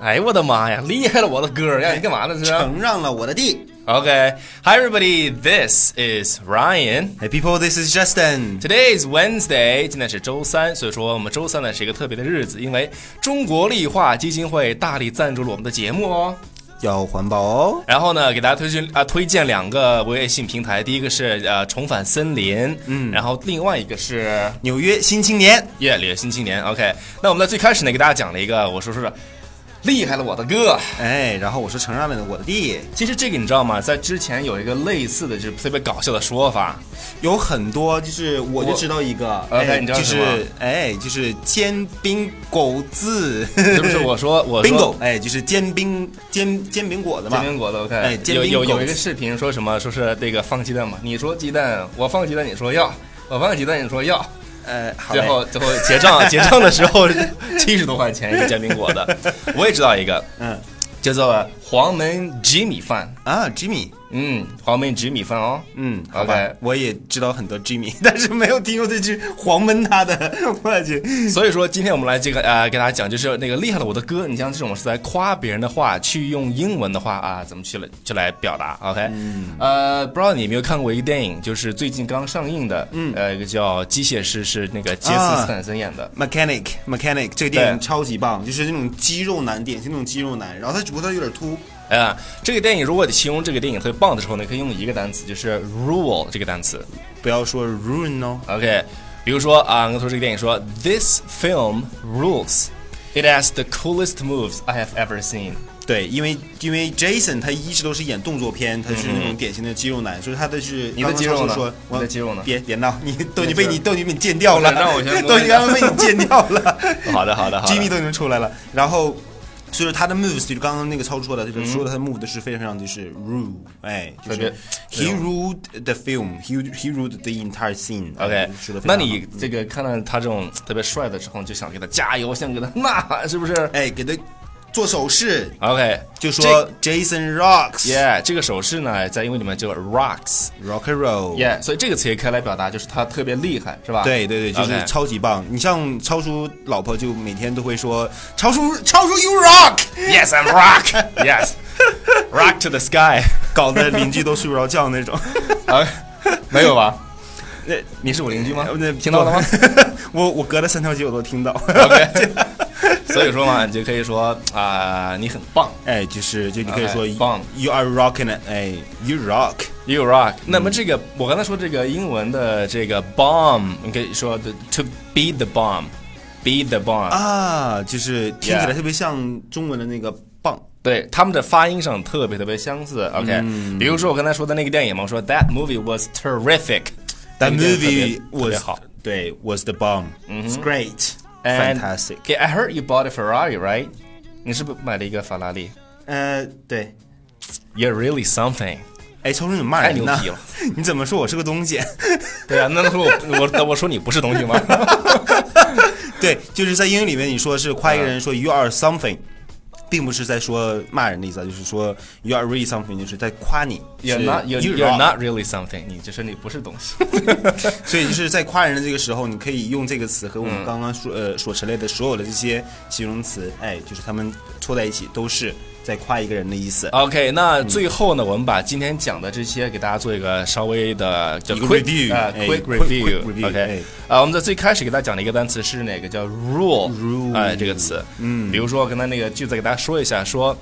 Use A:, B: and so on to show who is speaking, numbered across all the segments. A: 哎呦我的妈呀，厉害了我的哥呀！你干嘛呢？这是
B: 承让了我的地。
A: OK. Hi everybody, this is Ryan.
B: Hey people, this is Justin。
A: Today is Wednesday，今天是周三，所以说我们周三呢是一个特别的日子，因为中国绿化基金会大力赞助了我们的节目哦。
B: 要环保哦。
A: 然后呢，给大家推荐啊、推荐两个微信平台，第一个是呃重返森林，嗯，然后另外一个是
B: 纽约新青年，
A: 夜里的新青年。OK，那我们在最开始呢给大家讲了一个，我说是厉害了我的哥。
B: 哎，然后我说承让了我的地，
A: 其实这个你知道吗？在之前有一个类似的，就是特别搞笑的说 法，
B: 有很多就是我就知道一个，
A: 我
B: 哎，
A: 哦 OK，你知道
B: 就
A: 什么
B: 是哎，就是煎饼狗子，
A: 是 不是？我说我
B: 冰
A: 说
B: 狗，哎，就是煎饼煎煎饼果子
A: 煎
B: 嘛。
A: 饼果子，OK，、
B: 哎煎
A: 有
B: 饼
A: 有有
B: 狗
A: 一个视频说什么，说是那个放鸡蛋嘛，你说鸡蛋，我放鸡蛋，你说要，我放鸡蛋，你说要，
B: 呃，好嘞
A: 最后最后结账 结账的时候七十多块钱一个煎饼果 子，我也知道一个
B: 嗯
A: 叫做黄焖鸡米饭，
B: 啊，Jimmy，
A: 嗯，黄焖鸡米饭哦，
B: 嗯，好吧
A: OK
B: 我也知道很多 Jimmy，但是没有听过这句黄焖他的，我去，
A: 所以说，今天我们来这个呃，给大家讲，就是那个厉害了我的哥。你像这种是在夸别人的话，去用英文的话啊，怎么去了就来表达？OK，、呃，
B: 嗯
A: 不知道你有没有看过一个电影，就是最近刚上映的，嗯，呃，一个叫《机械师》，是那个杰斯
B: 啊
A: 斯坦森演的。
B: Mechanic Mechanic 这个电
A: 对
B: 影超级棒，就是那种肌肉男，典型那种肌肉男。然后他只不过他有点秃，
A: 哎、这个电影如果你形容这个电影特别棒的时候呢，可以用一个单词，就是 rule 这个单词。
B: 不要说 ruin 哦。
A: OK，比如说啊，我说这个电影说，This film rules. It has the coolest moves I have ever seen.
B: 对，因为因为 Jason 他一直都是演动作片，他是那种典型的肌肉男，所以他的是
A: 嗯你的肌肉呢
B: 刚刚超叔说
A: 你的肌肉呢
B: 别别闹，你都已
A: 肌
B: 经被
A: 肉
B: 你都已经被你剪掉了，
A: 让我先摸
B: 都已
A: 一
B: 经
A: 下
B: 刚刚被你剪掉了
A: 好的，好的，好的。
B: ，Jimmy 都已经出来了，然后。所以说他的 moves 就是刚刚那个超叔说的，就是说的他的 move 是非常非常就是 rule，哎，就
A: 特别
B: 是 he ruled the film，he he ruled the entire scene 哎。
A: OK，
B: 说的
A: 那你这
B: 嗯
A: 个看到他这种特别帅的时候，你就想给他加油，想给他 呐喊，是不是
B: 哎给他做手势，
A: ？OK，
B: 就说 Jason rocks，rock
A: Yeah，这个手势呢，在英文里面叫 rocks。
B: and roll。
A: Yeah，所以这个词也可以来表达，就是他特别厉害，是吧？
B: 对对对，就是
A: OK
B: 超级棒。你像超叔老婆就每天都会说：“超叔，超叔，you rock！”
A: Yes，I'm rock，Yes，rock to the sky。
B: 搞得邻居都睡不着觉那种。
A: 啊，没有吧？
B: 那呃
A: 你是我邻居吗？
B: 那
A: 听到了吗？
B: 我我隔了三条街我都听 到。
A: ？OK，所 以说嘛，你就可以说啊，你很棒。
B: 哎，就是就你可以
A: OK，
B: 说
A: 棒
B: You are rocking，it，哎，You rock。
A: You rock。那
B: 嗯
A: 么这个、我刚才说这个英文的这个 bomb，你可以说 the, to be the bomb，be the bomb。
B: 啊，就是听起
A: Yeah
B: 来特别像中文的那个棒。
A: 对，他们的发音上特别特别相似。OK，、比
B: 嗯
A: 如说我刚才说的那个电影嘛，我说 That movie was terrific。
B: That
A: 那个电影特别特
B: movie
A: 别
B: was
A: 好。
B: 对 was the bomb。It's great。
A: 嗯 And-
B: Fantastic。
A: Okay, I heard you bought a Ferrari, right? 你是不是买了一个法拉利
B: 呃，对。
A: ？You're really something。
B: 哎，超叔，你骂
A: 太
B: 人呢
A: 牛逼了？
B: 你怎么说我是个东西？
A: 对啊，那说我我那我说你不是东西吗？
B: 对，就是在英语里面，你说是夸
A: 嗯
B: 一个人说 you are something，并不是在说骂人的意思，啊，就是说 you are really something，就是在夸你。
A: you're
B: 是
A: not you're,
B: you
A: you're
B: are
A: not really something。你就是你不是东西。
B: 所以就是在夸人的这个时候，你可以用这个词和我们刚刚说、呃所陈列的所有的这些形容词，哎，就是他们凑在一起都是在夸一个人的意思。
A: OK，那最后呢，我们把今天讲的这些给大家做一个稍微的叫
B: 一个
A: quick
B: review，
A: 啊
B: 哎
A: quick
B: quick- quick
A: review。
B: review，哎
A: OK，啊，我们在最开始给大家讲的一个单词是哪个叫 rule，
B: Rule
A: 哎这个词，嗯，比如说我刚才那个句子给大家说一下，说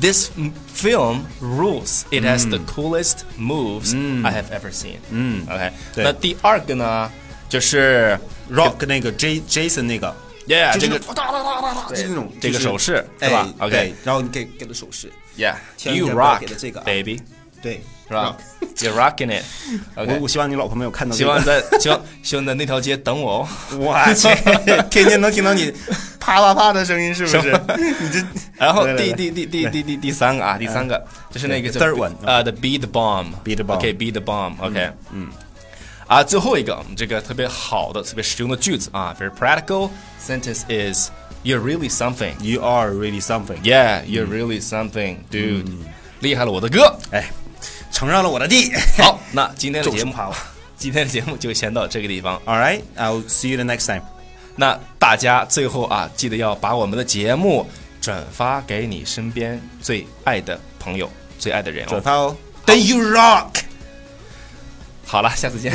A: This film rules. It has
B: Mm
A: the coolest moves I have ever seen. 嗯，OK，
B: 对
A: 那第二个呢就是。
B: Rock 那个 J Jason 那个，
A: Yeah，
B: 就是
A: 这个
B: 哒哒哒哒哒，就是那种
A: 这个
B: 就是
A: 手势是吧
B: 哎
A: OK
B: 对然后你给给了手势，千
A: Yeah，you
B: 万不要给
A: rock，
B: 的这个啊
A: baby，
B: 对，
A: 是吧？You're rocking it。
B: 我
A: OK，
B: 我希望你老婆没有看到、
A: 希
B: 这个。
A: 望在希望希望在那条街等我哦。
B: 我去， 天天能听 到你 啪啪啪的声音，是不是？你这，
A: 然后
B: 来来
A: 第
B: 来嗯
A: 第第第第第第三个啊，第三个就是那个叫
B: third one
A: 啊，the be the
B: Be
A: bomb，be
B: the bomb
A: bomb，OK，be the bomb，OK，嗯。啊，最后一个，我们这个特别好的、特别实用的句子啊，very practical sentence is you're really something.
B: You are really something。
A: Yeah, you're really something, dude.
B: 嗯
A: 厉害了，我的哥。
B: 哎，承让了我的地。
A: 好，那今天的节目
B: 就是夸我，
A: 今天的节目就先到这个地方。
B: All right, I'll see you the next time.
A: 那大家最后啊，记得要把我们的节目转发给你身边最爱的朋友、最爱的人
B: 转
A: 哦。
B: 发哦。Then you rock。
A: 好了，下次见。